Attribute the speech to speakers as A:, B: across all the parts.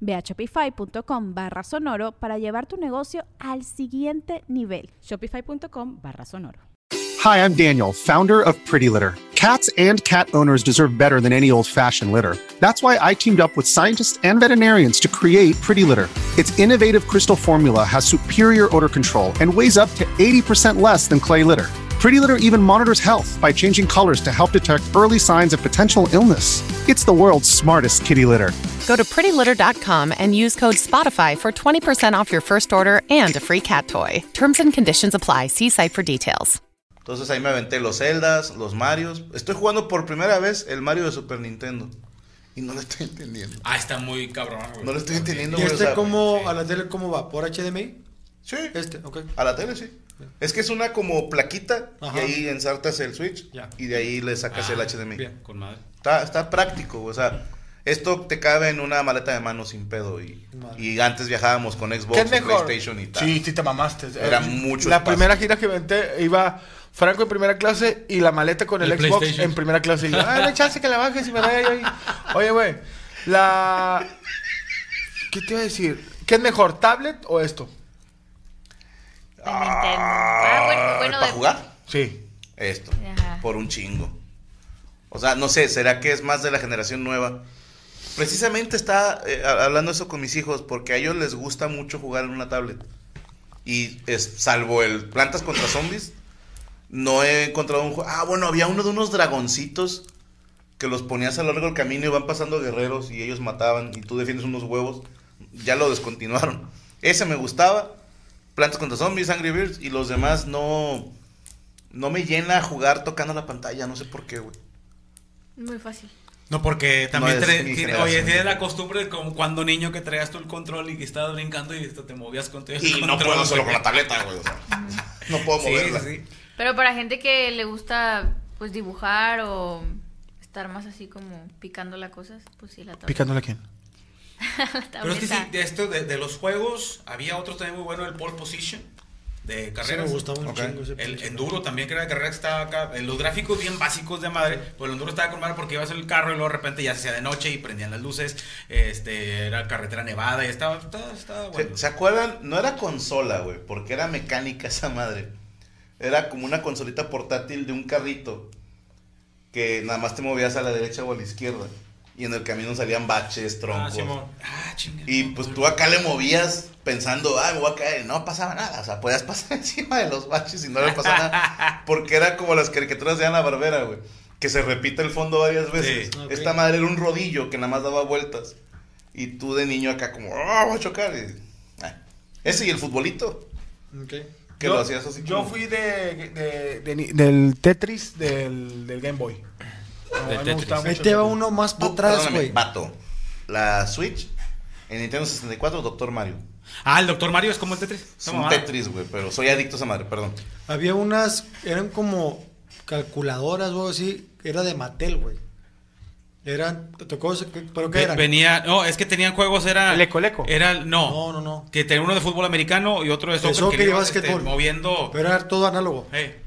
A: Ve a shopify.com barra sonoro para llevar tu negocio al siguiente nivel.
B: Shopify.com barra sonoro.
C: Hi, I'm Daniel, founder of Pretty Litter. Cats and cat owners deserve better than any old-fashioned litter. That's why I teamed up with scientists and veterinarians to create Pretty Litter. Its innovative crystal formula has superior odor control and weighs up to 80% less than clay litter. Pretty Litter even monitors health by changing colors to help detect early signs of potential illness. It's the world's smartest kitty litter.
D: Go to prettylitter.com and use code Spotify for 20% off your first order and a free cat toy. Terms and conditions apply. See site for details.
E: Entonces ahí me aventé los Zeldas, los Marios. Estoy jugando por primera vez el Mario de Super Nintendo. Y no lo estoy entendiendo.
F: Ah, está muy cabrón, güey.
E: No lo estoy entendiendo,
G: ¿Y
E: güey. o
G: este
E: sea,
G: cómo, a la tele cómo va? ¿Por HDMI?
E: Sí,
G: Este, ok.
E: a la tele, sí. Es que es una como plaquita y
G: Ajá.
E: ahí ensartas el Switch
G: Ya. Ah,
E: y de ahí le sacas el HDMI.
F: Bien, con madre.
E: Está, está práctico, o sea, esto te cabe en una maleta de mano sin pedo. Y,
G: Madre.
E: y antes viajábamos con Xbox,
H: ¿Qué
E: y
H: es mejor?
E: PlayStation y tal.
H: Sí, sí te mamaste.
E: Era
H: Eh,
E: mucho
H: La
E: espacio.
H: primera gira que inventé iba Franco en primera clase y la maleta con el,
F: El
H: Xbox
F: PlayStation.
H: en primera clase. Y yo, ah, no hay chance que la bajes y me vaya yo ahí. Oye, güey, la... ¿Qué te iba a decir? ¿Qué es mejor, tablet o esto?
I: Ah, bueno, bueno,
E: ¿Para
I: de-
E: jugar?
H: Sí.
E: Esto.
I: Ajá.
E: Por un chingo. O sea, no sé, ¿será que es más de la generación nueva? Precisamente está eh, a- hablando eso con mis hijos porque a ellos les gusta mucho jugar en una tablet. Y es, salvo el Plantas contra Zombies, no he encontrado un juego. Ah, bueno, había uno de unos dragoncitos que los ponías a lo largo del camino y van pasando guerreros y ellos mataban y tú defiendes unos huevos. Ya lo descontinuaron. Ese me gustaba. Plantas contra Zombies, Angry Birds y los demás no... No me llena jugar tocando la pantalla, no sé por qué, güey.
I: Muy fácil.
F: No, porque también
E: No, es
F: tiene-
E: mi
F: tiene-
E: generación.
F: oye, tienes la costumbre de como cuando niño que traías tú el control y que estabas brincando y te, te movías con todo el
E: Y
F: control.
E: no puedo solo con
F: güey.
E: la tableta, güey. o sea, no puedo
F: Sí,
E: moverla.
F: sí, sí.
I: Pero para gente que le gusta, pues, dibujar o estar más así como picando las cosas, pues sí, la tabla.
H: ¿Picándole a quién?
F: Pero es que sí, de esto, de, de los juegos, había otro también muy bueno, el pole position de
G: Sí, me
F: carreras.
G: gusta un
E: Ok.
G: chingo ese
F: El
G: pinche.
F: enduro también que era de carrera que estaba acá. eh, Los gráficos bien básicos de madre. Pues el enduro estaba con madre porque ibas en el carro y luego de repente ya se hacía de noche y prendían las luces. Este, era carretera nevada y estaba, estaba, estaba bueno.
E: ¿Se, se acuerdan? No era consola, güey, porque era mecánica esa madre. Era como una consolita portátil de un carrito que nada más te movías a la derecha o a la izquierda. Y en el camino salían baches,
F: ah,
E: troncos.
F: Simón. Ah, chinga.
E: y pues tú acá le movías pensando, ay, me voy a caer. No pasaba nada. O sea, podías pasar encima de los baches y no le pasaba nada. Porque era como las caricaturas de Ana Barbera, güey. Que se repite el fondo varias veces.
G: Sí. Ok.
E: Esta madre era un rodillo que nada más daba vueltas. Y tú de niño acá como, ah, voy a chocar. y- ah. Ese y el futbolito.
G: Ok.
E: Que
H: Yo-
E: lo hacías así.
H: Yo
E: como-
H: fui de, de- de ni- del Tetris del, del Game Boy. No, a mí me
F: Tetris.
H: gustaba mucho
G: Ahí
H: el
G: te va
H: Tetris.
G: uno más para
E: Du-
G: atrás,
E: perdóname,
G: güey.
E: Vato. La Switch. En Nintendo 64, Doctor Mario.
F: Ah, el Doctor Mario es como el Tetris.
E: Es
F: Esa
E: un
F: mamada.
E: Tetris, güey, pero soy adicto a esa madre, perdón.
G: Había unas, eran como calculadoras o algo así, era de Mattel, güey. Eran, te tocó, ese- pero ¿qué
F: Ve-
G: eran?
F: Venía, no, es que tenían juegos, era.
H: El Eco Leco.
F: Era, no.
G: No, no, no.
F: Que tenía uno de fútbol americano y otro de
G: De
F: soccer.
G: soccer
F: que
G: y
F: le ibas,
G: básquetbol.
F: este, moviendo.
G: Pero era todo análogo.
F: eh,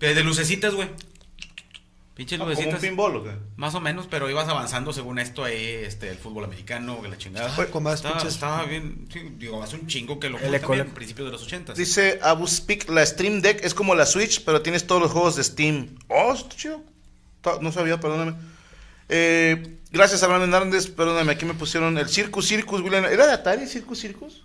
F: de de lucecitas, güey. Pinches
E: Ah, Como un
F: lucecitas.
E: pinball, ¿o qué?
F: Más o menos, pero ibas avanzando según esto ahí, este, el fútbol americano, que la chingada.
G: Ah, con más
F: estaba,
G: pinches.
F: estaba bien, sí, digo, hace un chingo que lo
H: El
F: jugué también
H: Ecolec.
F: en principios de los ochentas.
E: Dice Abuspeak, la Stream Deck es como la Switch, pero tienes todos los juegos de Steam. Oh, está chido. Ta- No sabía, perdóname. Eh, gracias, Abraham Hernández. Perdóname, aquí me pusieron el Circus Circus, William. ¿Era de Atari Circus Circus?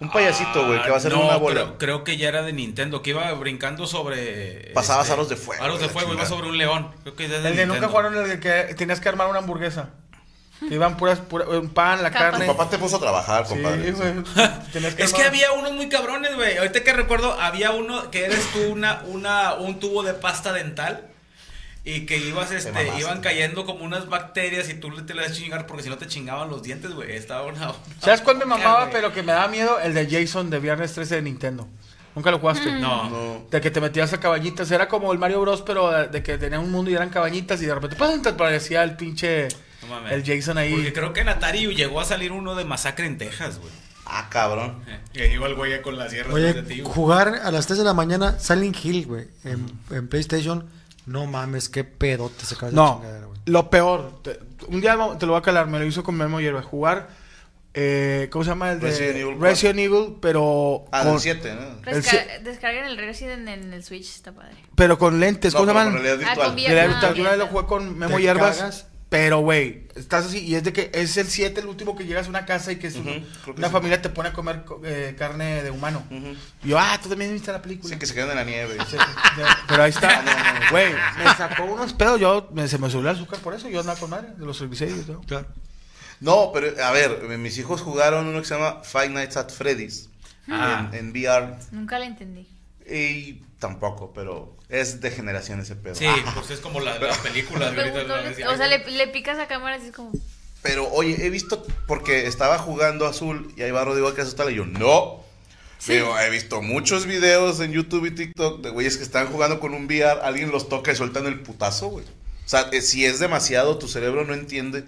E: Un payasito, güey, que va a ser
F: Ah, no,
E: una bola.
F: Creo, creo que ya era de Nintendo, que iba brincando sobre. este,
E: Pasabas aros de fuego,
F: Aros de
E: la
F: fuego, iba
E: chingada.
F: sobre un león. Creo que ya es de
H: El que nunca
F: Nintendo.
H: jugaron el que tenías que armar una hamburguesa. Que iban puras, pura- un pan, la
I: Capas.
H: carne.
E: Mi papá te puso a trabajar,
H: Sí,
E: compadre.
H: güey. Tenías
F: Es que
H: armar-
F: había unos muy cabrones, güey. Ahorita que recuerdo, había uno que eres tú una, una, un tubo de pasta dental. Y que ibas, este,
E: mamaste.
F: iban cayendo como unas bacterias y tú te las chingar porque si no te chingaban los dientes, güey. Estaba una. una
H: ¿Sabes cuál me
F: bronca,
H: mamaba,
F: güey.
H: pero que me daba miedo? El de Jason de Viernes 13 de Nintendo. ¿Nunca lo jugaste?
F: No.
H: De que te metías a cabañitas. Era como el Mario Bros, pero de de que tenía un mundo y eran cabañitas y de repente ¡pum! te aparecía el pinche...
F: No mames.
H: el Jason
F: Porque
H: ahí.
F: creo que en Atari llegó a salir uno de Masacre en Texas, güey.
E: Ah, cabrón.
F: Y ahí iba el güey con la sierra
G: Oye,
F: de ti, güey.
G: jugar a las 3 de la mañana Silent Hill, güey, en, en PlayStation. No mames, qué pedo te sacabas de
H: No,
G: chingadera, güey.
H: lo peor. te- un día te lo voy a calar. Me lo hizo con Memo Hierba. Jugar... eh, ¿Cómo se llama? El de
E: Resident Evil cuatro.
H: Resident Evil, pero...
E: Ah,
H: con-
E: del 7, ¿no? No,
H: El
I: Resca-
H: si-
I: Descarguen el Resident en el Switch, está padre.
H: Pero con lentes. ¿Cómo se
E: pero
H: llaman?
E: con realidad
I: Ah,
E: virtual.
I: con VR.
H: Yo la-
I: Vietnam,
H: yo una vez lo
I: Vietnam.
H: jugué con Memo
G: Te
H: Hierbas.
G: cagas.
H: Pero, güey, estás así. Y es de que es el 7 el último que llegas a una casa y que es un-
E: Ujú, creo que
H: una
E: sí.
H: familia te pone a comer co- eh, carne de humano.
E: Ujú.
H: Y yo, ah, tú también viste la película.
E: Sí, que se quedan en la nieve.
H: Sí, sí, sí. Pero ahí
E: Ah, no, no,
H: está.
E: no.
H: Güey, me sacó unos pedos. Yo, me- se me subió el azúcar por eso. Yo andaba con madre de los triglicéridos. ¿no?
E: No, pero a ver, mis hijos jugaron uno que se llama Five Nights at Freddy's
F: Ah.
E: en, en VR.
I: Nunca la entendí.
E: Y tampoco, pero es de generación ese pedo.
F: Sí, pues es como la- las películas. güey, ahorita
I: Pero no
F: lo
I: le-
F: decía.
I: o sea, le, le picas a cámara así es como.
E: Pero oye, he visto, porque estaba jugando azul y ahí va Rodrigo que asustarle. Y yo, no.
I: Sí.
E: Digo, he visto muchos videos en YouTube y TikTok de güeyes que están jugando con un VR, alguien los toca y sueltan el putazo, güey. O sea, eh, si es demasiado, tu cerebro no entiende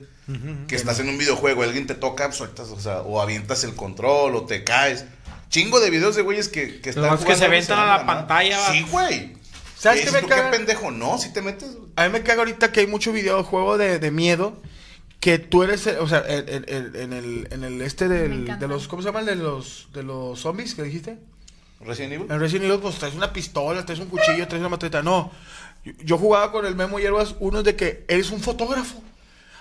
E: que estás en un videojuego, alguien te toca, pues, sueltas, o sea, o avientas el control, o te caes. Chingo de videos de güeyes que, que están
J: Nomás que se
E: algo y
J: avientan a la
E: dan
J: pantalla,
E: madre.
J: va.
E: Sí, güey.
H: ¿Sabes
E: Y
H: qué
E: dices
H: me
E: tú,
H: caga?
E: pendejo? No, si te metes.
H: A mí me caga ahorita que hay mucho videojuego de, de miedo. Que tú eres, eh, o sea, en, en- en- en el, en el este
I: Me
H: del,
I: encanta.
H: de los, ¿cómo se llama? El de los, de los zombies que dijiste.
E: Resident Evil.
H: En Resident Evil, pues traes una pistola, traes un cuchillo, traes una matreta. No. Yo, yo jugaba con el Memo Hierbas, uno de que eres un fotógrafo.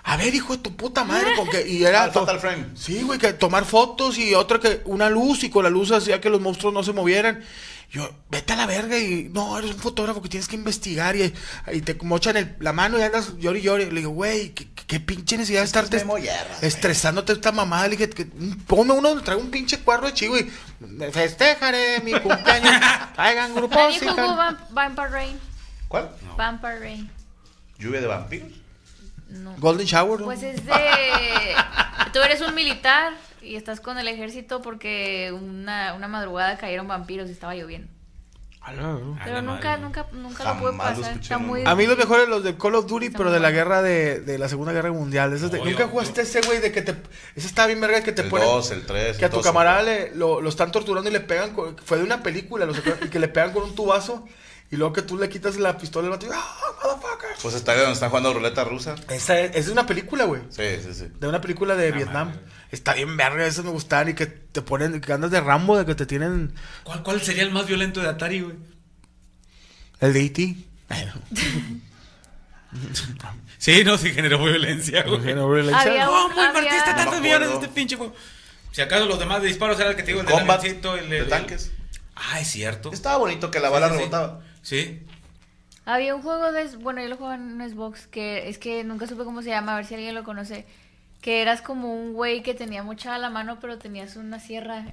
H: A ver, hijo de tu puta madre, con que- Y era.
E: Ah, el
H: to-
E: Fatal Frame.
H: Sí, güey, que tomar fotos y otra que. Una luz y con la luz hacía que los monstruos no se movieran. Yo, vete a la verga y. No, eres un fotógrafo que tienes que investigar y, y te mochan el- la mano y andas llori y llori. Le digo, güey, qué, qué pinche necesidad de estarte.
E: Memo Hierbas, güey.
H: Estresándote esta mamada, le dije, que, ponme uno donde traiga un pinche cuadro de chivo y me festejaré mi cumpleaños. Traigan grupos,
I: Nadie
H: Oh, sí,
I: jugó
H: cabrón.
I: Vamp- Vampire Rain.
E: ¿Cuál?
I: Vampire Rain.
E: Lluvia de vampiros.
I: No.
H: Golden Shower. ¿no?
I: Pues es de. Tú eres un militar y estás con el ejército porque una, una madrugada cayeron vampiros y estaba lloviendo.
F: A
I: Pero
F: Ah, la
I: nunca,
F: madre.
I: nunca, nunca lo
E: Ah, Jamás
I: pude
E: lo
I: pasar.
E: escuché
I: Está
E: nunca.
I: muy.
H: A mí los mejores los de Call of Duty, pero de la guerra de, de la Segunda Guerra Mundial. Esas de-
F: Obvio,
H: Nunca jugaste
F: obvio.
H: ese, güey, de que te. Ese estaba bien verga que te
E: El
H: ponen-
E: 2, el 3.
H: Que a tu camarada le, lo, lo están torturando y le pegan. con- fue de una película, lo sacaron, y que le pegan con un tubazo. Y luego que tú le quitas la pistola al vato y. ¡Ah, motherfucker!
E: Pues está donde están jugando ruleta rusa.
H: Esa es, es de una película, güey.
E: Sí, sí, sí.
H: De una película
G: Ah,
H: de Vietnam. Está bien verga, esas me gustan. Y que te ponen, que andas de Rambo, de que te tienen
F: ¿Cuál, ¿Cuál sería el más violento de Atari, güey?
H: el de E E.T.
F: Sí, no, sí generó violencia, güey.
I: Había un-
F: ¿Cómo
I: había-
F: invertiste
E: No
F: tantos
E: me
F: millones en
E: acuerdo.
F: este pinche juego? Si acaso los demás de disparos era el que te digo, el del
E: Combat
F: avioncito, el
E: de
F: el-
E: tanques.
F: Ah, es cierto.
E: Estaba bonito que la bala
F: Sí, sí, sí.
E: rebotaba.
F: Sí.
I: Había un juego de. Bueno, yo lo jugaba en un Xbox que es que nunca supe cómo se llama, a ver si alguien lo conoce. Que eras como un güey que tenía mucha la mano, pero tenías una sierra.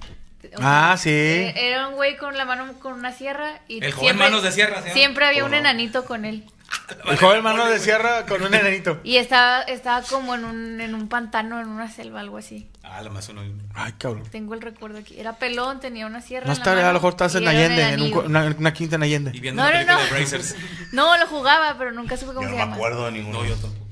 I: O sea,
H: Ah, sí.
I: e- Era un güey con la mano con una sierra y
F: El joven manos de sierra, ¿sí?
I: Siempre había
E: ¿Cómo
I: un
E: no?
I: enanito con él.
H: El joven hermano de Sierra con un enanito.
I: Y estaba, estaba como en un, en un pantano, en una selva, algo así.
F: Ah, la más uno.
H: Ay, cabrón.
I: Tengo el recuerdo aquí. Era pelón, tenía una sierra.
H: No
I: en la
H: está, a
I: mano
H: lo mejor estás
I: y
H: en
I: era un
H: Allende, en un
I: enanito.
H: cu- una, una quinta en
F: Y
H: Allende.
F: viendo
I: No,
F: una
I: no, no.
F: película de Brazers.
I: No, lo jugaba, pero nunca supe
E: Yo
I: cómo
E: no
I: se
E: me
I: llama.
E: acuerdo de ninguno.
F: No, yo tampoco.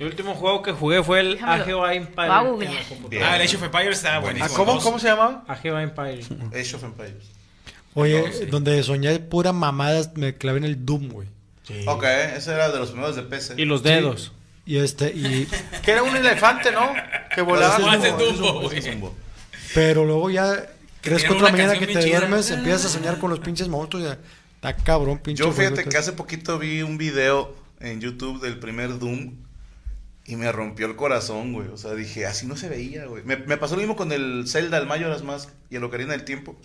J: El último juego que jugué fue el
I: Déjamelo.
J: AGOA Empire.
I: Va a googlear.
E: Bien.
F: Ah, el Age of Empires está
H: Ah,
F: buenísimo.
H: ¿cómo,
F: Dos.
H: ¿Cómo se llamaba?
J: AGOA Empire.
E: Age of Empires.
G: Oye,
F: No, sí.
G: donde soñé pura mamadas, me clavé en el Doom, güey.
E: Ok, ese era de los primeros de PC.
J: Y los dedos.
G: Y este, y.
H: Que era un elefante, ¿no? Que volaba.
F: Pues,
H: como-
F: ese tú. Dumbo,
E: Ese
F: güey.
E: Dumbo.
G: Pero luego ya crees
F: Era
G: que otra
F: una
G: mañana
F: canción
G: que
F: bien
G: te
F: chida.
G: duermes empiezas a soñar con los pinches monstruos y ya, está cabrón, pinche.
E: Yo fíjate
G: juego,
E: que hace poquito vi un video en YouTube del primer Doom Y me rompió el corazón, güey. O sea, dije, así no se veía, güey. Me, me pasó lo mismo con el Zelda, el Majora's Mask y el Ocarina del Tiempo.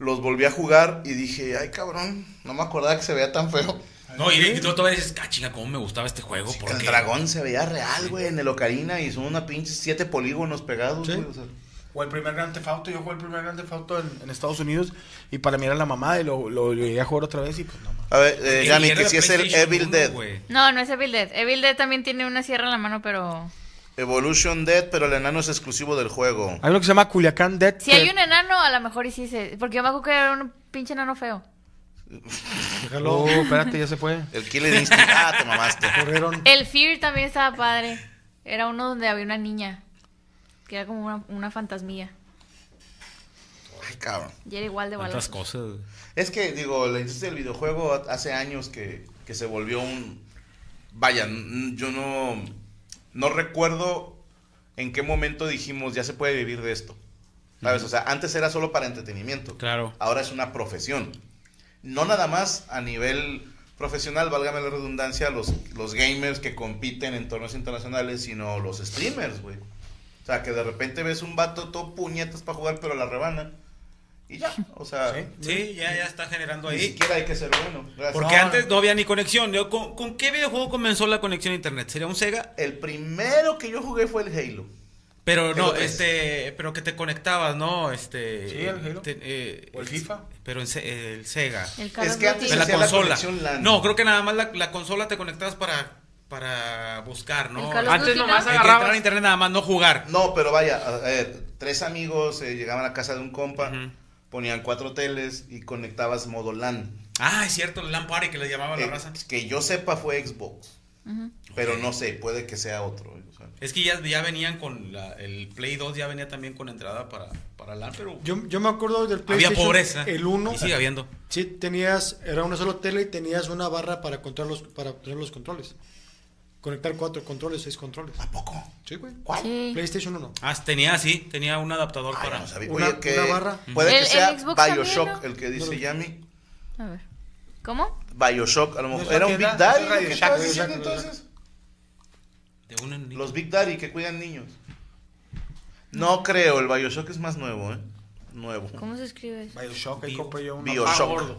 E: Los volví a jugar y dije, ay, cabrón, no me acordaba que se veía tan feo.
F: No, y, y tú todavía dices, ah, chinga, cómo me gustaba este juego. porque
E: El dragón se veía real, güey, en el Ocarina y son una pinche siete polígonos pegados,
H: Sí.
E: güey. o sea.
H: O el primer Grand Theft Auto, yo jugué el primer Grand Theft Auto en, en Estados Unidos y para mí era la mamada y lo, lo, llegué a jugar otra vez y pues no mames.
E: A ver, eh,
F: Y
E: Gami,
F: era
E: que
F: de
E: si es el
F: PlayStation
E: Evil
F: 1,
E: Dead.
F: güey.
I: No, no es Evil Dead. Evil Dead también tiene una sierra en la mano, pero...
E: Evolution Dead, pero el enano es exclusivo del juego.
H: Hay uno que se llama Culiacán Dead.
I: Si
H: que-
I: hay un enano, a lo mejor y sí se... Porque yo me acuerdo que era un pinche enano feo.
H: Déjalo, Oh, espérate, ya se puede.
E: El Killer Instinct. Ah, te mamaste.
G: Corrieron.
I: El Fear también estaba padre. Era uno donde había una niña. Que era como una, una fantasmilla.
E: Ay, cabrón.
I: Y era igual de
F: Tantas
I: balazos.
F: cosas. güey.
E: Es que, digo, la industria del videojuego ha- hace años que, que se volvió un... Vaya, n- yo no, no recuerdo en qué momento dijimos, ya se puede vivir de esto. ¿Sabes? O sea, antes era solo para entretenimiento.
F: Claro.
E: Ahora es una profesión. No nada más a nivel profesional, válgame la redundancia, los, los gamers que compiten en torneos internacionales, sino los streamers, güey. O sea, que de repente ves un vato todo puñetas para jugar, pero la rebana. Y ya, o sea...
F: Sí, ya, ya está generando
E: Ni
F: ahí.
E: siquiera hay que ser bueno. Gracias.
F: Porque
E: No,
F: antes no había ni conexión. Yo, ¿Con, con qué videojuego comenzó la conexión a internet? ¿Sería un Sega?
E: El primero que yo jugué fue el Halo.
F: Pero no,
E: Halo tres.
F: este, pero que te conectabas, ¿no, este.
H: Sí, el Halo.
F: te- eh,
H: O el
F: es-
H: FIFA.
F: Pero en se- el Sega.
I: El Call
E: Es
I: of
E: que
I: Duty.
E: antes
F: En la
E: hacía la
F: consola.
E: conexión LAN.
F: no, creo que nada más la, la consola te conectabas para, para buscar, ¿no?
I: El Call of
F: Antes
J: Antes
I: Duty,
J: nomás
F: hay
I: ¿no?
F: que entrar
J: agarrabas.
F: a internet nada más, no jugar.
E: No, pero vaya, a ver, tres amigos eh, llegaban a casa de un compa, ponían cuatro teles y conectabas modo LAN.
F: Ah, es cierto, el LAN Party que le llamaba la
E: Eh,
F: raza.
E: que yo sepa fue Xbox. Pero no sé, puede que sea otro. eh, o sea.
F: Es que ya, ya venían con la- el Play 2, ya venía también con entrada para, para LAN, pero
G: Yo, yo me acuerdo del
F: había
G: PlayStation.
F: pobreza.
G: El 1.
F: Y sigue habiendo.
G: Sí, tenías, era una sola tele y tenías una barra para controlar los, para tener los controles. Conectar cuatro controles, seis controles.
E: ¿A poco?
G: Sí, güey.
I: Sí.
G: PlayStation 1.
F: Ah, tenía, sí, tenía un adaptador
E: Ay,
F: para.
E: Ah, no sabía.
G: Una-
E: Oye, que
G: una barra.
E: Puede
I: El-
E: que
I: el
E: sea
I: Xbox también,
E: Bioshock,
I: ¿no?
E: el que dice Yami.
I: A ver. ¿Cómo?
E: Bioshock, a lo
H: es
E: mejor.
H: una
E: Era un
H: tienda,
E: Big Daddy.
H: es
E: ¿no?
H: Radio
E: ¿Qué
H: Shack,
E: estabas
H: Radio
E: diciendo
H: Shack, Radio
E: entonces?
F: de un en-
E: Los Big Daddy que cuidan niños. No creo, el Bioshock es más nuevo, ¿eh? Nuevo.
I: ¿Cómo se escribe eso?
H: Bioshock, ahí
F: Bio-
H: compré yo un
E: Bioshock.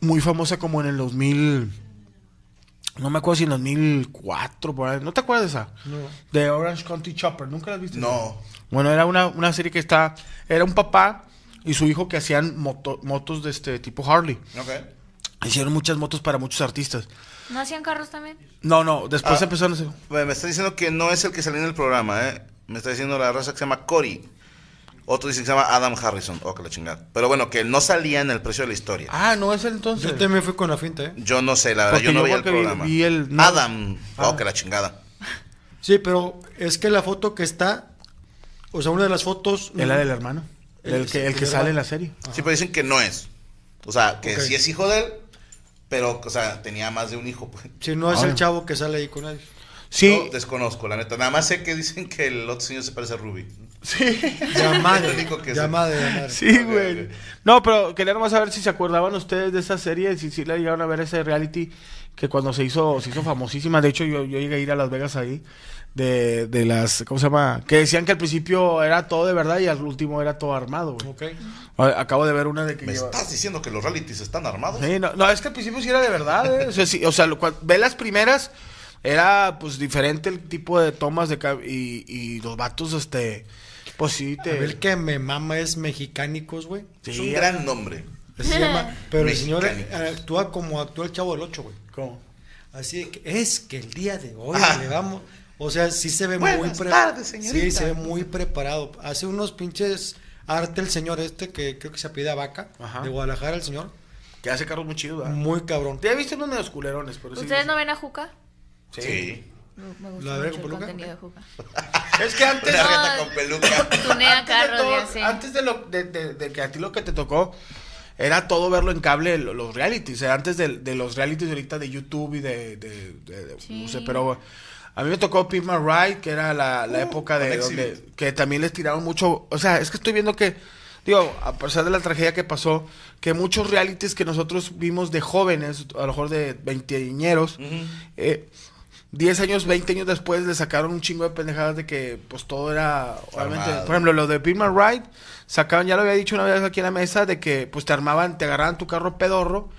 H: muy famosa como en el 2000... No me acuerdo si en 2004, por ahí. ¿No te acuerdas de esa? De Orange County Chopper. ¿Nunca la viste?
E: No.
H: Bueno, era una, una serie que está. Era un papá y su hijo que hacían moto- motos de este tipo Harley.
E: Ok.
H: Hicieron muchas motos para muchos artistas.
I: ¿No hacían carros también?
H: No, no, después
E: Ah.
H: empezaron a hacer.
E: Bueno, me está diciendo que no es el que salió en el programa, ¿eh? Me está diciendo la raza que se llama Cory. Otro dice que se llama Adam Harrison. Oh, que la chingada. Pero bueno, que no salía en el precio de la historia.
H: Ah, no, es el entonces.
G: Yo también fui con la finta, ¿eh?
E: Yo no sé, la verdad,
H: Porque
E: yo no
H: yo
E: veía el
H: creo que vi-
E: programa.
H: vi el- no.
E: Adam.
H: Ah.
E: Oh, que la chingada.
G: Sí, pero es que la foto que está. O sea, una de las fotos.
H: Es la del hermano. El,
G: El-
H: que, el
G: el
H: que sale en la
G: hermano.
H: serie.
E: Sí, pero dicen que no es. O sea, que
G: Ok.
E: sí es hijo de él, pero, o sea, tenía más de un hijo, pues.
G: Si no es
H: Ah.
G: el chavo que sale ahí con él.
H: Sí.
E: Yo desconozco, la neta. Nada más sé que dicen que el otro señor se parece a Ruby.
H: Sí.
G: Llamada,
E: Digo que sí.
G: llamada, llamada.
H: Sí, güey. No, pero quería nomás saber si se acordaban ustedes de esa serie, si, si la llegaron a ver ese reality que cuando se hizo, se hizo famosísima. De hecho, yo, yo llegué a ir a Las Vegas ahí, de, de las, ¿cómo se llama? Que decían que al principio era todo de verdad y al último era todo armado, güey. A- Acabo de ver una de que
E: ¿Me
H: lleva-
E: estás diciendo que los realities están armados?
H: Sí, no, no, es que al principio sí era de verdad, ¿eh? O sea, sí, o sea, lo cual- ve las primeras, era pues diferente el tipo de tomas de cab- y, y los vatos, este, pues sí te...
G: A ver, el que me mama es Mexicánicos, güey.
H: Sí. Es un gran
E: nombre.
G: Se llama, pero el señor
E: Mexicánicos.
G: actúa como actúa el chavo del 8, güey.
H: ¿Cómo?
G: Así de que es que el día de hoy
E: Ah.
G: le vamos. O sea, sí se ve muy
E: Buenas
G: pre-
E: tardes, señorita.
G: Sí, se ve muy preparado. Hace unos pinches arte el señor este que creo que se apellida Vaca, de Guadalajara el señor.
H: Que hace carros muy chidos, ¿verdad?
G: Muy cabrón.
H: Te he visto unos medios culerones, pero Pues sí.
I: ¿Ustedes no ven a Juca?
H: Sí.
I: Me me
H: ¿La ve
I: gusta mucho
H: con
I: el
H: peluca?
I: contenido de Juca.
H: Es que antes...
I: Una rata No, con
H: peluca.
I: Tunea carros y
H: Antes,
I: así.
H: de, antes de lo, de, de- de que a ti lo que te tocó era todo verlo en cable, lo- los realities. eh, Antes de, de los realities ahorita de YouTube y de... de- de- de-
I: Sí.
H: No sé, pero... A mí me tocó Pimp My Ride, que era la, la época
E: Uh,
H: de
E: con
H: donde...
E: Exhibit.
H: Que también les tiraron mucho... O sea, es que estoy viendo que... Digo, a pesar de la tragedia que pasó, que muchos realities que nosotros vimos de jóvenes, a lo mejor de veinteañeros, eh, 10 años, 20 años después le sacaron un chingo de pendejadas de que pues todo era obviamente,
E: Armado.
H: por ejemplo, lo de Pimp My Ride, sacaban, ya lo había dicho una vez aquí en la mesa de que pues te armaban, te agarraban tu carro pedorro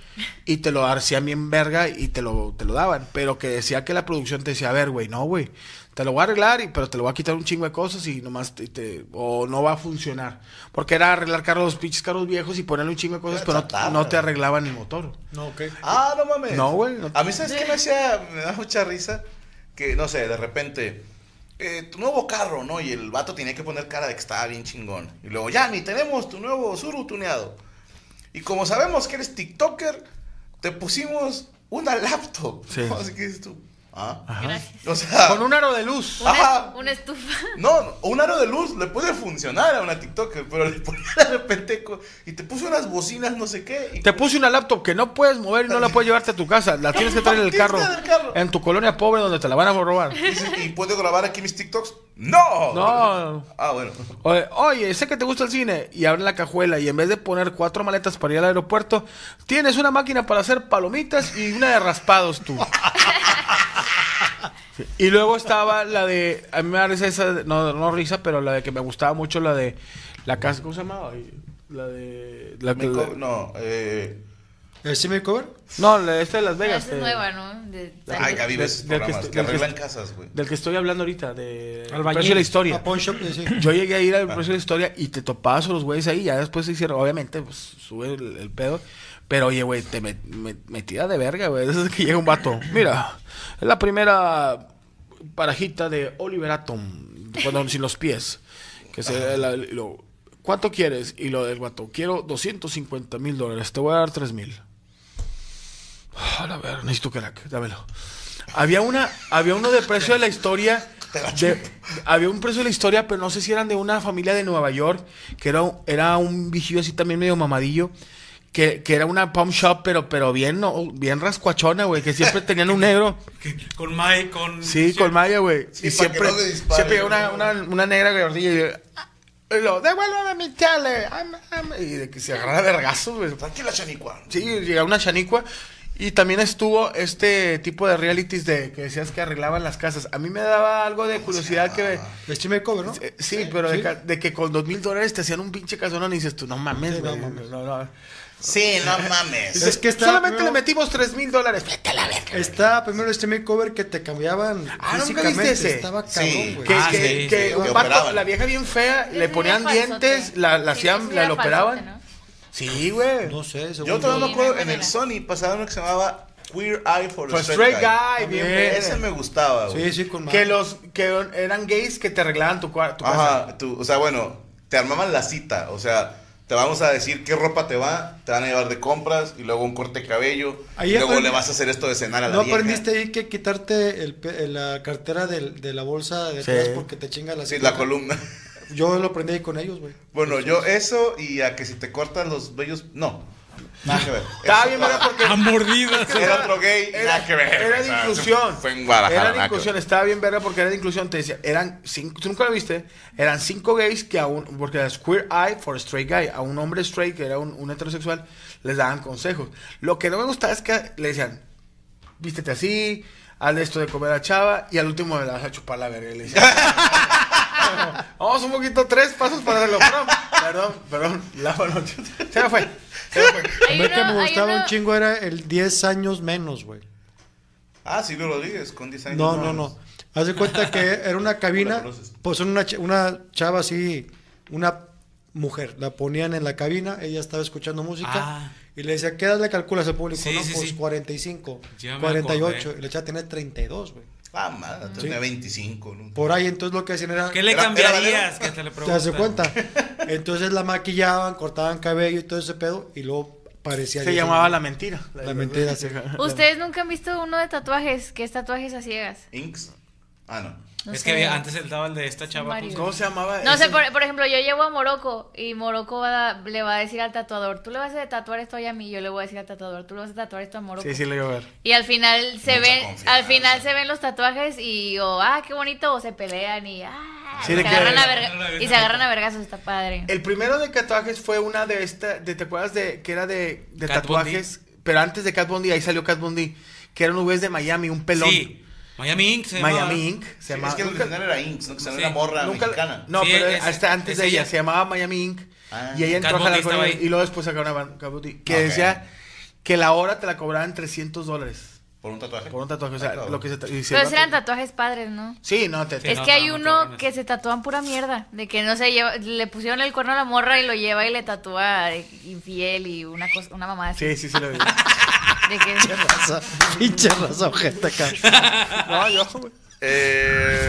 H: y te lo hacían bien verga y te lo te lo daban, pero que decía que la producción te decía, "A ver, güey, no, güey, te lo voy a arreglar, y, pero te lo voy a quitar un chingo de cosas y nomás te, te- o no va a funcionar." Porque era arreglar carros, pinches carros viejos y ponerle un chingo de cosas, pero no- no te arreglaban el motor.
G: No, ok.
E: Ah, no mames.
H: No, güey, no-
E: A mí, ¿sabes qué me hacía? Me da mucha risa. Que, no sé, de repente. eh, tu nuevo carro, ¿no? Y el vato tenía que poner cara de que estaba bien chingón. Y luego, ya, ni tenemos tu nuevo Zuru tuneado. Y como sabemos que eres TikToker, te pusimos una laptop.
H: Sí.
E: Así que dices tú. Ah.
I: Gracias.
E: O sea,
H: Con un aro de luz.
I: Una,
E: Ajá.
I: una estufa.
E: No, no, un aro de luz le puede funcionar a una TikToker, pero le ponía de repente co- y te puso unas bocinas, no sé qué. y
H: Te puse una laptop que no puedes mover y no la puedes llevarte a tu casa. La tienes que traer en el
E: Tienes que
H: carro.
E: traer en el carro.
H: En tu colonia pobre donde te la van a robar.
E: dices, ¿Y puedo grabar aquí mis TikToks? ¡No!
H: No.
E: Ah, bueno.
H: Oye, oye, sé que te gusta el cine. Y abren la cajuela y en vez de poner cuatro maletas para ir al aeropuerto, tienes una máquina para hacer palomitas y una de raspados tú. Sí. Y luego estaba la de. A mí me da risa esa. de- No, no risa, pero la de que me gustaba mucho la de. La casa. ¿Cómo se llamaba? La de. La,
E: Me
H: que-
E: co- no, eh.
G: ¿El Simi Cover?
H: no, la de esta de Las
I: Ah, Esa
H: Vegas.
I: es
H: eh.
I: nueva, ¿no? De-
E: Ay, Gaby, ves esos
H: Del- del que
E: programas
H: est-
E: que,
H: del que
E: arreglan
H: est-
E: casas, güey.
H: Del que estoy hablando ahorita, de
J: Albañil.
H: Precio de la Historia.
G: A Pawn Shop, eh, sí.
H: Yo llegué a ir
E: Ah.
H: al Precio de la Historia y te topabas a los güeyes ahí. Ya después se hicieron, obviamente, pues sube el, el pedo. Pero oye, güey, te met- me- metida de verga, güey. Es que llega un vato. Mira, es la primera parajita de Oliver Atom, cuando sin los pies. Que se, la- lo- ¿Cuánto quieres? Y lo del vato, quiero 250 mil dólares, te voy a dar 3 mil. A la ver, necesito crack, dámelo. Había una, había uno de precio de la historia. de- había un precio de la historia, pero no sé si eran de una familia de Nueva York, que era, un- era un vigillo así también medio mamadillo, que, que era una pump shop, pero, pero bien, no, bien rascuachona, güey, que siempre tenían un negro.
J: Con Mike, con.
H: Sí, con Maya, güey.
E: Sí,
H: y
E: para
H: siempre,
E: que no le dispare,
H: siempre había
E: ¿no?
H: una, una, una negra gordilla y yo, "Ah", y lo, devuélveme mi chale. am, am", Y de que se agarraba vergazos, güey.
E: Tranquila, Chanicua.
H: Sí, llegaba una chanicua. Y también estuvo este tipo de realities de que decías que arreglaban las casas. A mí me daba algo de curiosidad que...
G: El Simi Cover, ¿no?
H: eh, Sí, pero De, ca- de que con dos mil dólares te hacían un pinche casonón y dices tú, no mames, güey, no, no".
E: Sí, no mames.
G: Es que está
H: Solamente
G: primero-
H: le metimos tres mil dólares. Vete a la verga.
G: Está primero este makeover que te cambiaban
H: Ah, ¿nunca viste
G: físicamente.
H: ese?
G: Estaba
E: Sí.
G: cabrón, güey.
H: Que,
J: Ah,
H: que-
J: sí,
H: que
E: sí,
H: un
E: que
H: vato,
E: operaban.
H: la vieja bien fea,
I: Ese
H: le
I: sí
H: ponían
I: era falsote.
H: dientes, la, la
I: Sí,
H: hacían,
I: ese sí
H: la,
I: era
H: la
I: falsote,
H: operaban.
I: ¿no?
H: Sí, güey.
G: No sé, según
E: Yo todavía
I: Sí,
E: me acuerdo
I: no hay
E: en el
I: manera.
E: Sony pasaba uno que se llamaba Queer Eye for,
H: For
E: a
H: straight guy, bien verga.
E: Ese me gustaba, güey.
G: Sí, sí, con madre.
H: Que los que eran gays que te arreglaban tu, cua- tu casa.
E: Ajá, tú, o sea, bueno, te armaban la cita, o sea, te vamos a decir qué ropa te va, te van a llevar de compras y luego un corte de cabello,
G: Ahí
E: y luego
G: aprendí-
E: le vas a hacer esto de cenar a la
G: ¿No
E: vieja.
G: aprendiste ahí que quitarte el pe- la cartera del- de la bolsa de
H: Sí.
G: atrás porque te chinga la
E: Sí,
G: cintura?
E: la columna.
G: Yo lo aprendí ahí con ellos, güey.
E: Bueno, yo eso y a que si te cortas los vellos, no. Nada que ver.
H: Estaba bien, ¿verdad? Porque.
E: A mordidas.
H: Es que
E: Era otro gay, nada que ver.
H: Era de
E: Nada,
H: inclusión.
E: fue en Guadalajara,
H: Era de
E: nada que
H: inclusión, estaba bien verga porque era de inclusión. Te decía, eran cinco, tú nunca lo viste, eran cinco gays que a un, porque era queer eye for a straight guy, a un hombre straight que era un, un heterosexual, les daban consejos. Lo que no me gustaba es que le decían, vístete así, haz esto de comer a chava, y al último le vas a chupar la verga. Y le decían, Vamos un poquito, tres pasos para hacerlo. Perdón, perdón, perdón, la mano. Se me fue.
G: A mí que me gustaba un chingo era el 10 años menos, güey.
E: Ah, Silvio Rodríguez, con 10 años.
G: No, no, no. Haz de cuenta que era una cabina, pues una, ch- una chava así, una mujer, la ponían en la cabina, ella estaba escuchando música
J: Ah.
G: y le decía, ¿qué edad le calculas al público?
J: Sí,
G: no,
J: sí,
G: pues
J: sí.
G: 45,
J: Ya me
G: 48.
J: acordé.
G: Y la chava tenía 32, güey.
E: Ah, madre, tenía 25, ¿no?
G: Por ahí, entonces lo que hacían era...
F: ¿Qué le
G: era- era
F: cambiarías? Que hasta le
G: ¿Te das
F: preguntan.
G: cuenta? Entonces la maquillaban, cortaban cabello y todo ese pedo y luego parecía...
H: Se
G: yo-
H: llamaba la mentira.
G: La mentira, sí.
I: ¿Ustedes nunca han visto uno de tatuajes? que es tatuajes a ciegas?
E: Inks. Ah, no.
I: No
F: es
I: sé.
F: que antes el daba el de esta chava. pues,
I: Mario.
H: ¿Cómo se llamaba?
I: No
H: ese?
I: sé, por, por ejemplo, yo llevo a Morocco y Morocco va a- le va a decir al tatuador, tú le vas a tatuar esto hoy a mí, yo le voy a decir al tatuador, tú le vas a tatuar esto a Morocco.
H: Sí, sí, le iba a ver.
I: Y al final
H: Mucha
I: se ven,
H: confianza.
I: al final se ven los tatuajes y o ah, qué bonito, o se pelean y ah,
H: Sí,
I: se
H: de que-
I: agarran a verga- y se agarran a vergazos, está padre.
H: El primero de tatuajes fue una de esta, de, ¿te acuerdas de que era de, de
F: Cat
H: tatuajes? Pero antes de Cat Bondi, ahí salió Cat Bondi, que eran UVs de Miami, un pelón.
F: Sí. Miami Inc. se
H: Miami
F: llamaba.
H: Inc. Se
E: Sí,
H: llamaba-
E: es que el
H: nunca-
E: original era Inks, ¿no? Que salió
F: Sí.
E: una morra
H: Nunca-
E: mexicana.
H: No,
F: Sí,
H: pero
F: es-
H: hasta antes
F: es
H: de ella.
F: ella.
H: Se llamaba Miami Inc.
E: Ah.
H: y ella entró
F: Cat
H: a jalar
F: Bondi
H: con
F: estaba
H: ella,
F: ahí.
H: y luego después sacaron a Cat Bondi. Que
E: Ok.
H: decía que la hora te la cobraban 300 dólares.
E: Por un tatuaje. Ah,
H: Por un tatuaje. O sea, lo que se... y se-
I: Pero esos eran tatuajes padres, ¿no?
H: Sí, no, te...
I: es que hay uno que se tatúan pura mierda, de que no sé, lleva- le pusieron el cuerno a la morra y lo lleva y le tatúa de infiel y una cosa, una mamada así.
G: Sí, sí, sí lo vi.
I: De que
G: raza, pinche raza, ojete acá.
H: No, yo, güey.
E: Eh,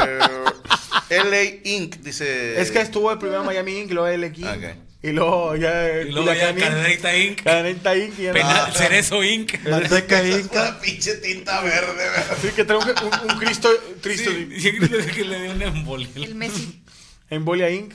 E: LA Inc. dice.
H: Es que estuvo el primero Miami Inc, luego LX.
G: Ah,
H: Y luego ya.
E: Y luego ya Cadeneta
F: Inc.
H: Cadeneta Inc. y ya-
E: Penal-
F: Cerezo Inc.
G: Ah, Manteca
E: Una pinche tinta verde, ¿verdad?
H: Sí, que trae un, un- un Cristo. Cristo.
F: que le dio una embolia. El
I: Messi.
H: Embolia Inc.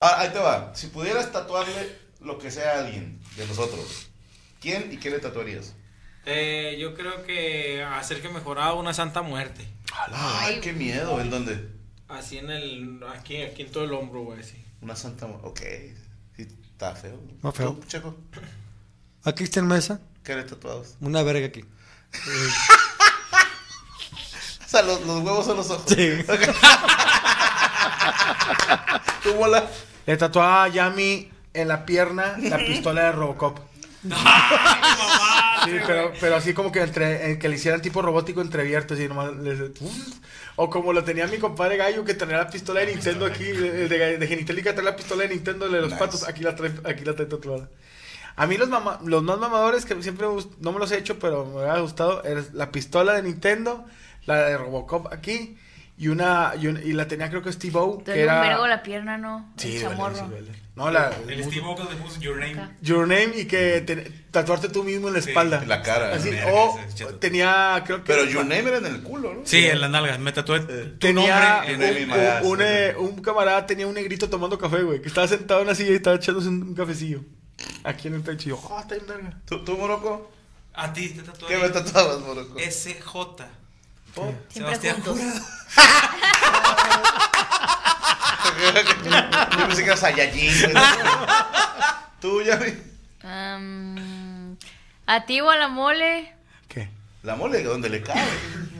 E: Ah, ahí te va. Si pudieras tatuarle lo que sea a alguien de nosotros, ¿quién y qué le tatuarías?
J: Eh, yo creo que hacer que mejoraba una santa muerte.
E: Ay, qué miedo. ¿En dónde?
J: Así en el. Aquí, aquí en todo el hombro, güey, así.
E: Una santa. mu- Ok. Sí, está feo.
G: No, feo.
E: ¿Tú, Checo?
G: Aquí está en mesa,
E: ¿Qué le tatuados?
G: una verga aquí.
E: O sea, los, los huevos son los ojos.
G: Sí.
E: Tu bola.
H: Le tatuaba a Yami en la pierna la pistola de Robocop. Sí, pero, pero así como que entre eh, que le hicieran tipo robótico entrevierto, así nomás les- o como lo tenía mi compadre Gallo que tenía la pistola de Nintendo aquí, el de, de genitalica trae la pistola de Nintendo el de los patos, aquí la trae, aquí la trae tatuada. A mí los, mama- los más mamadores que siempre me gust- no me los he hecho, pero me hubiera gustado, es la pistola de Nintendo, la de Robocop aquí, y una, y, un- y la tenía creo que Steve O, que
I: Duele un vergo
H: era.
I: la pierna, ¿no?
H: Sí,
I: el
H: duele,
I: chamorro.
H: sí duele. No, la.
J: El Steve Vocal de Moose Your Name.
H: Your name y que te- tatuarte tú mismo en la espalda.
E: en la cara,
H: Así,
E: la
H: o
E: verga, ese chato.
H: tenía, creo que.
E: Pero Your Name era en el culo, ¿no?
F: Sí, en las nalgas. Me tatué tu
H: Tenía
F: nombre. en-
E: nombre y
H: un,
E: madadas,
H: un- un, eh, un camarada tenía un negrito tomando café, güey. Que estaba sentado en la silla y estaba echándose un, un cafecillo. Aquí en el pecho. y yo, "Ah, está bien verga".
E: ¿Tú, tú Morocco?
J: A ti te tatué.
E: ¿Qué me tatuabas, Morocco?
J: SJ.
E: Oh.
J: Sebastián Jurado.
E: Yo pensé que era Saiyajin. güey. Tú ya vi.
I: Am, A ti o a la mole,
E: La mole, ¿dónde le cae?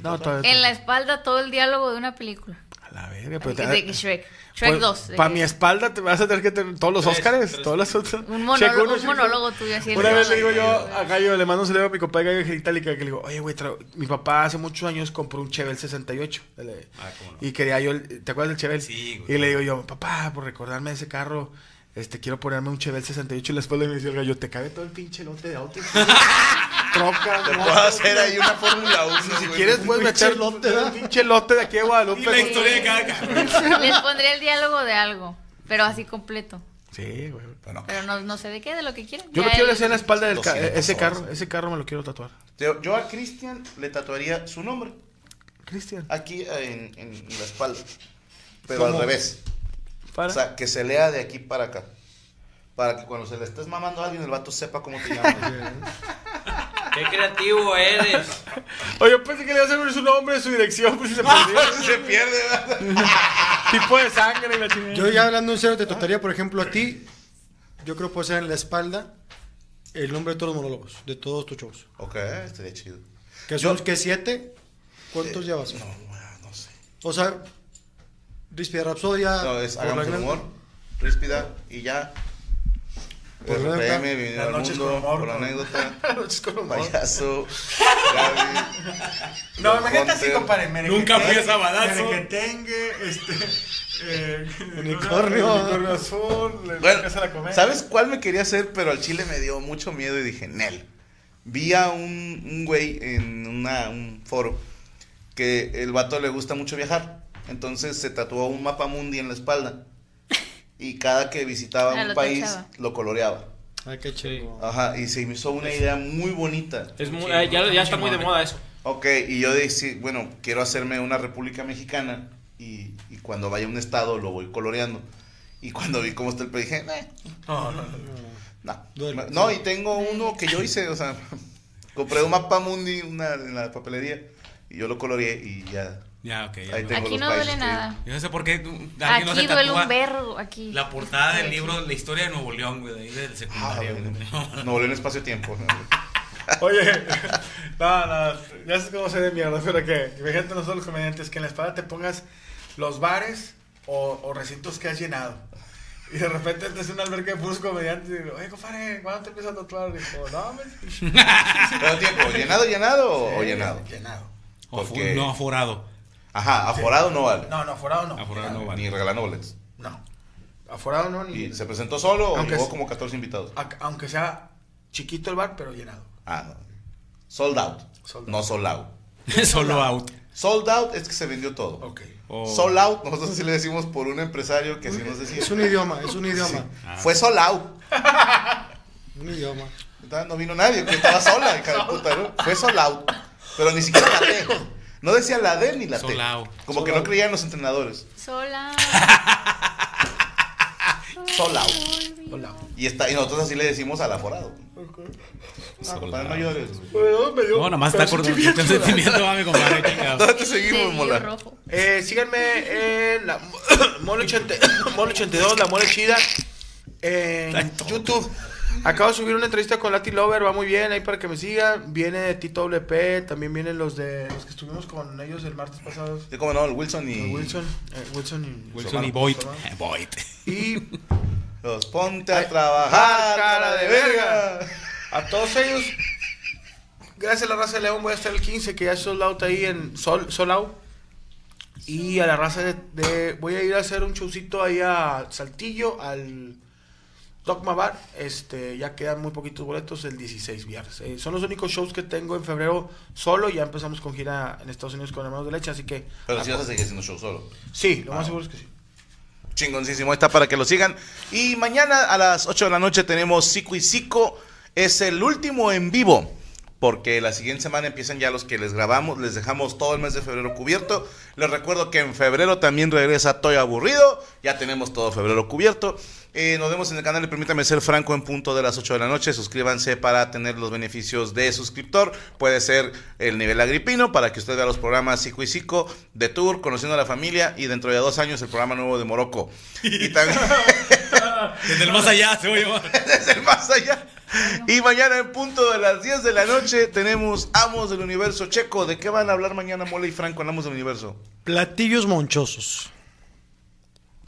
H: No, todavía.
I: en la espalda todo el diálogo de una película.
H: A ver, pero te-
I: De que Shrek. Shrek
H: Pues,
I: 2. de
H: Para
I: que-
H: mi espalda te vas a tener que tener todos los Óscares, todas las otras.
I: Un
H: Checo uno,
I: monólogo, un
H: checo otro.
I: monólogo tuyo así.
H: Una
I: de-
H: vez le digo yo a Gallo, le mando un saludo a mi compadre Gallo Genitálica, que le digo, oye, güey, tra- mi papá hace muchos años compró un Chevel 68. dale". Y quería yo, el- ¿te acuerdas del Chevel? Sí, güey. Y le digo yo, papá, por recordarme de ese carro, este, quiero ponerme un Chevel 68. Y después le dice el Gallo, te cabe todo el pinche lote de autos. Troca,
E: Te
H: moto,
E: puedo hacer ahí
H: güey".
E: una Fórmula 1.
H: Si quieres,
E: pues,
H: puedes meter un pinche lote de aquí de Guadalupe.
E: la historia de cada
I: Les pondré el diálogo de algo, pero así completo.
H: Sí, güey.
I: Pero no, no sé de qué, de lo que quieran.
H: Yo
I: Ya
H: me quiero
I: él-
H: hacer en la espalda del ca-
E: 200
H: ese
E: horas.
H: carro, ese carro me lo quiero tatuar.
E: Yo, yo a Cristian le tatuaría su nombre.
H: Cristian.
E: Aquí eh, en, en la espalda. Pero
H: ¿Cómo?
E: al revés. O sea, que se lea de aquí para acá. Para que cuando se le estés mamando a alguien, el vato sepa cómo te llamas.
J: Qué creativo eres.
H: Oye, yo pensé que le iba a hacer su nombre, su dirección, pues si se pierde.
E: se pierde,
H: Tipo de sangre y la chingada.
G: Yo ya hablando en serio, te trataría, por ejemplo, a ti, yo creo que puede ser en la espalda el nombre de todos los monólogos, de todos tus shows.
E: ok, estaría chido. Eh,
G: Que son que siete, ¿cuántos llevas? No,
E: no sé.
G: O sea, Rispia Rapsodia.
E: No, es
G: Por la
E: hagamos el
G: Gran-
E: humor, ríspida y ya.
G: Por la Gran-
E: RPM, Bienvenido
G: Las
E: al
G: noches
E: mundo,
G: con humor,
E: por
G: ¿no?
E: anécdota.
H: noches con humor.
E: Payaso.
H: No, imagínate así, compadre.
E: Nunca fui a Sabadazo.
H: Que tenga, este. eh,
E: Unicornio.
H: Unicornio azul. le-
E: Bueno,
H: Casa de la Comedia.
E: ¿sabes cuál me quería hacer? Pero al chile me dio mucho miedo y dije, Nel. Vi a un, un güey en una- un foro que el vato le gusta mucho viajar. Entonces se tatuó un mapa mundi en la espalda. Y cada que visitaba
J: Ah,
E: un
J: lo
E: país,
J: tachaba.
E: lo coloreaba.
G: Ay, Ah, qué chido.
E: Ajá, y se me hizo una idea muy bonita.
J: Es muy- eh, ya- ya está muy de moda eso.
E: Ok, y yo decí, bueno, quiero hacerme una República Mexicana y, y cuando vaya a un estado lo voy coloreando. Y cuando vi cómo está el país, dije, "Meh,
H: No, no, no.
E: no. No, y tengo uno que yo hice, o sea, compré un mapa mundi una, en la papelería y yo lo coloreé y ya.
F: Ya, ok. ya.
E: Ahí tengo
I: Aquí
E: los
I: no
E: países
I: duele
E: que-
I: nada.
F: Yo no sé por qué tú- alguien no
I: Aquí
F: se
I: duele
F: tatúa
I: un vergo, aquí.
F: la portada del libro La historia de Nuevo León, güey, de ahí del
E: Ah,
F: secundario. güey.
E: No volé en espacio-tiempo. ¿no?
H: Oye, no, no, ya sé cómo se de mierda, pero que, imagínate nosotros los comediantes, que en la espalda te pongas los bares o, o recintos que has llenado. Y de repente te hace un albergue de puros comediantes y digo, oye, compadre, ¿cuándo te empiezas a tatuar? Y digo, no, me...
E: ¿Cuánto tiempo? ¿Llenado, llenado o- o
H: Sí,
E: llenado?
H: Llenado.
F: Afu- No, aforado.
E: Ajá, aforado no vale.
H: No, no, aforado
E: Ah,
H: no.
F: Aforado no vale.
E: Ni regalando boletos.
H: No. Aforado no, ni...
E: ¿Y se presentó solo o
H: Aunque
E: llevó
H: es-
E: como 14 invitados?
H: a- aunque sea chiquito el bar, pero llenado.
E: Ah, no. Sold out. No sold out.
F: Solo out.
E: Sold out es que se vendió todo. Sold out, nosotros así le decimos por un empresario que así nos decía. Ah.
G: Es un idioma, es un idioma.
E: Fue sold out.
G: Un idioma.
E: Entonces, No vino nadie, que estaba sola, hija de puta, ¿no? Fue sold out. Pero ni siquiera la T. No decía la D ni la T.
F: Sold out.
E: Como
F: Sold
E: que no
F: out.
E: creían los entrenadores.
I: Sola.
E: Sold out. Y, está, y nosotros así le decimos al aforado.
F: Sold
E: Para no
F: out.
E: llores.
H: Pues,
F: No, nada más está corto. Yo tengo sentimiento, va, mi compadre, chingado.
E: ¿Dónde te seguimos, Mola?
H: Eh, síganme en la Mole 80 Mole 82, la Mole Chida, en YouTube. Acabo de subir una entrevista con Lati Lover, va muy bien, ahí para que me sigan. Viene Tito WP, también vienen los de los que estuvimos con ellos el martes pasado.
E: Sí, cómo no, el Wilson y.
H: El Wilson, eh, Wilson
F: Wilson
H: y
F: y
H: Solano.
F: Boyd.
H: Solano.
F: Eh, Boyd.
H: Y
E: Los ponte a trabajar, cara de verga.
H: A todos ellos, gracias a la raza de León voy a estar el 15, que ya es sold out ahí en Sol, Solau. Y a la raza de, de- Voy a ir a hacer un showcito ahí a Saltillo, al Dogma Bar. Este, ya quedan muy poquitos boletos el 16 viernes. Eh, son los únicos shows que tengo en febrero solo. Ya empezamos con gira en Estados Unidos con Hermanos de Leche, así que... ah,
E: Pero si vas a seguir haciendo show solo.
H: Sí, lo más seguro es que sí.
E: Chingoncísimo, ahí está para que lo sigan. Y mañana a las 8 de la noche tenemos Sico y Sico. Es el último en vivo. Porque la siguiente semana empiezan ya los que les grabamos. Les dejamos todo el mes de febrero cubierto. Les recuerdo que en febrero también regresa Toy Aburrido. Ya tenemos todo febrero cubierto. Eh, nos vemos en el canal. y Permítame ser franco en punto de las 8 de la noche. Suscríbanse para tener los beneficios de suscriptor. Puede ser el nivel agripino para que usted vea los programas Sico y Sico, de Tour, Conociendo a la Familia y dentro de dos años el programa nuevo de Morocco. Y también,
F: Desde el más allá se va a llamar.
E: Desde el más allá. Y mañana en punto de las 10 de la noche tenemos Amos del Universo Checo. ¿De qué van a hablar mañana Mole y Franco en Amos del Universo?
G: Platillos monchosos.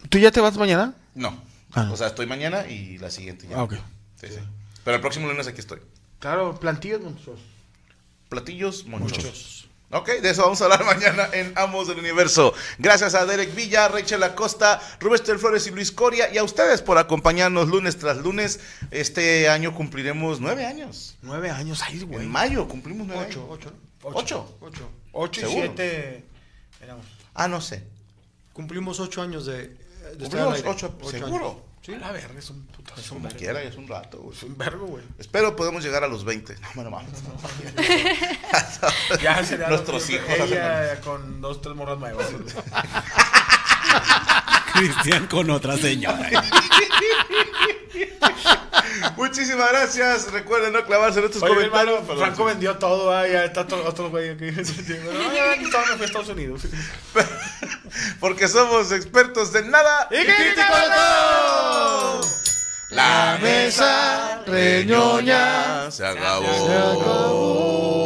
H: ¿Tú ya te vas mañana?
E: No.
H: Ah.
E: O sea, estoy mañana y la siguiente ya.
H: Ah, ok.
E: Sí, sí. Pero el próximo lunes aquí estoy.
H: Claro, plantillas monstruos.
E: Platillos monchosos. Ok, de eso vamos a hablar mañana en Amos del Universo. Gracias a Derek Villa, Rachel Acosta, Rubén Flores y Luis Coria y a ustedes por acompañarnos lunes tras lunes. Este año cumpliremos nueve años.
H: Nueve años ahí, güey.
E: En mayo cumplimos nueve
G: Ocho,
E: años.
G: ocho.
E: ¿Ocho?
G: Ocho.
E: Ocho y
G: ¿Seguro?
E: siete Ah, no sé.
G: Cumplimos ocho años de. de estar al
E: Cumplimos
G: aire.
E: ocho, seguro.
G: años.
H: Sí, la verga, es un putazo.
E: Como
H: verga.
E: quiera, es un rato, güey.
H: Es un vergo, güey.
E: Espero podemos llegar a los 20. No, bueno, vamos.
H: Ya sería lo
E: Nuestros
H: que-
E: hijos.
H: Ella con dos, tres morras nuevas.
K: Cristian con otra señora.
E: Muchísimas gracias. Recuerden no clavarse en estos
H: Oye, mi
E: comentarios.
H: hermano, Franco vendió todo, ah, ya está todo, otro güey aquí. Bueno, ya me fui a Estados Unidos.
E: Porque somos expertos de nada y críticos de todo. La mesa reñoña se acabó. Se acabó.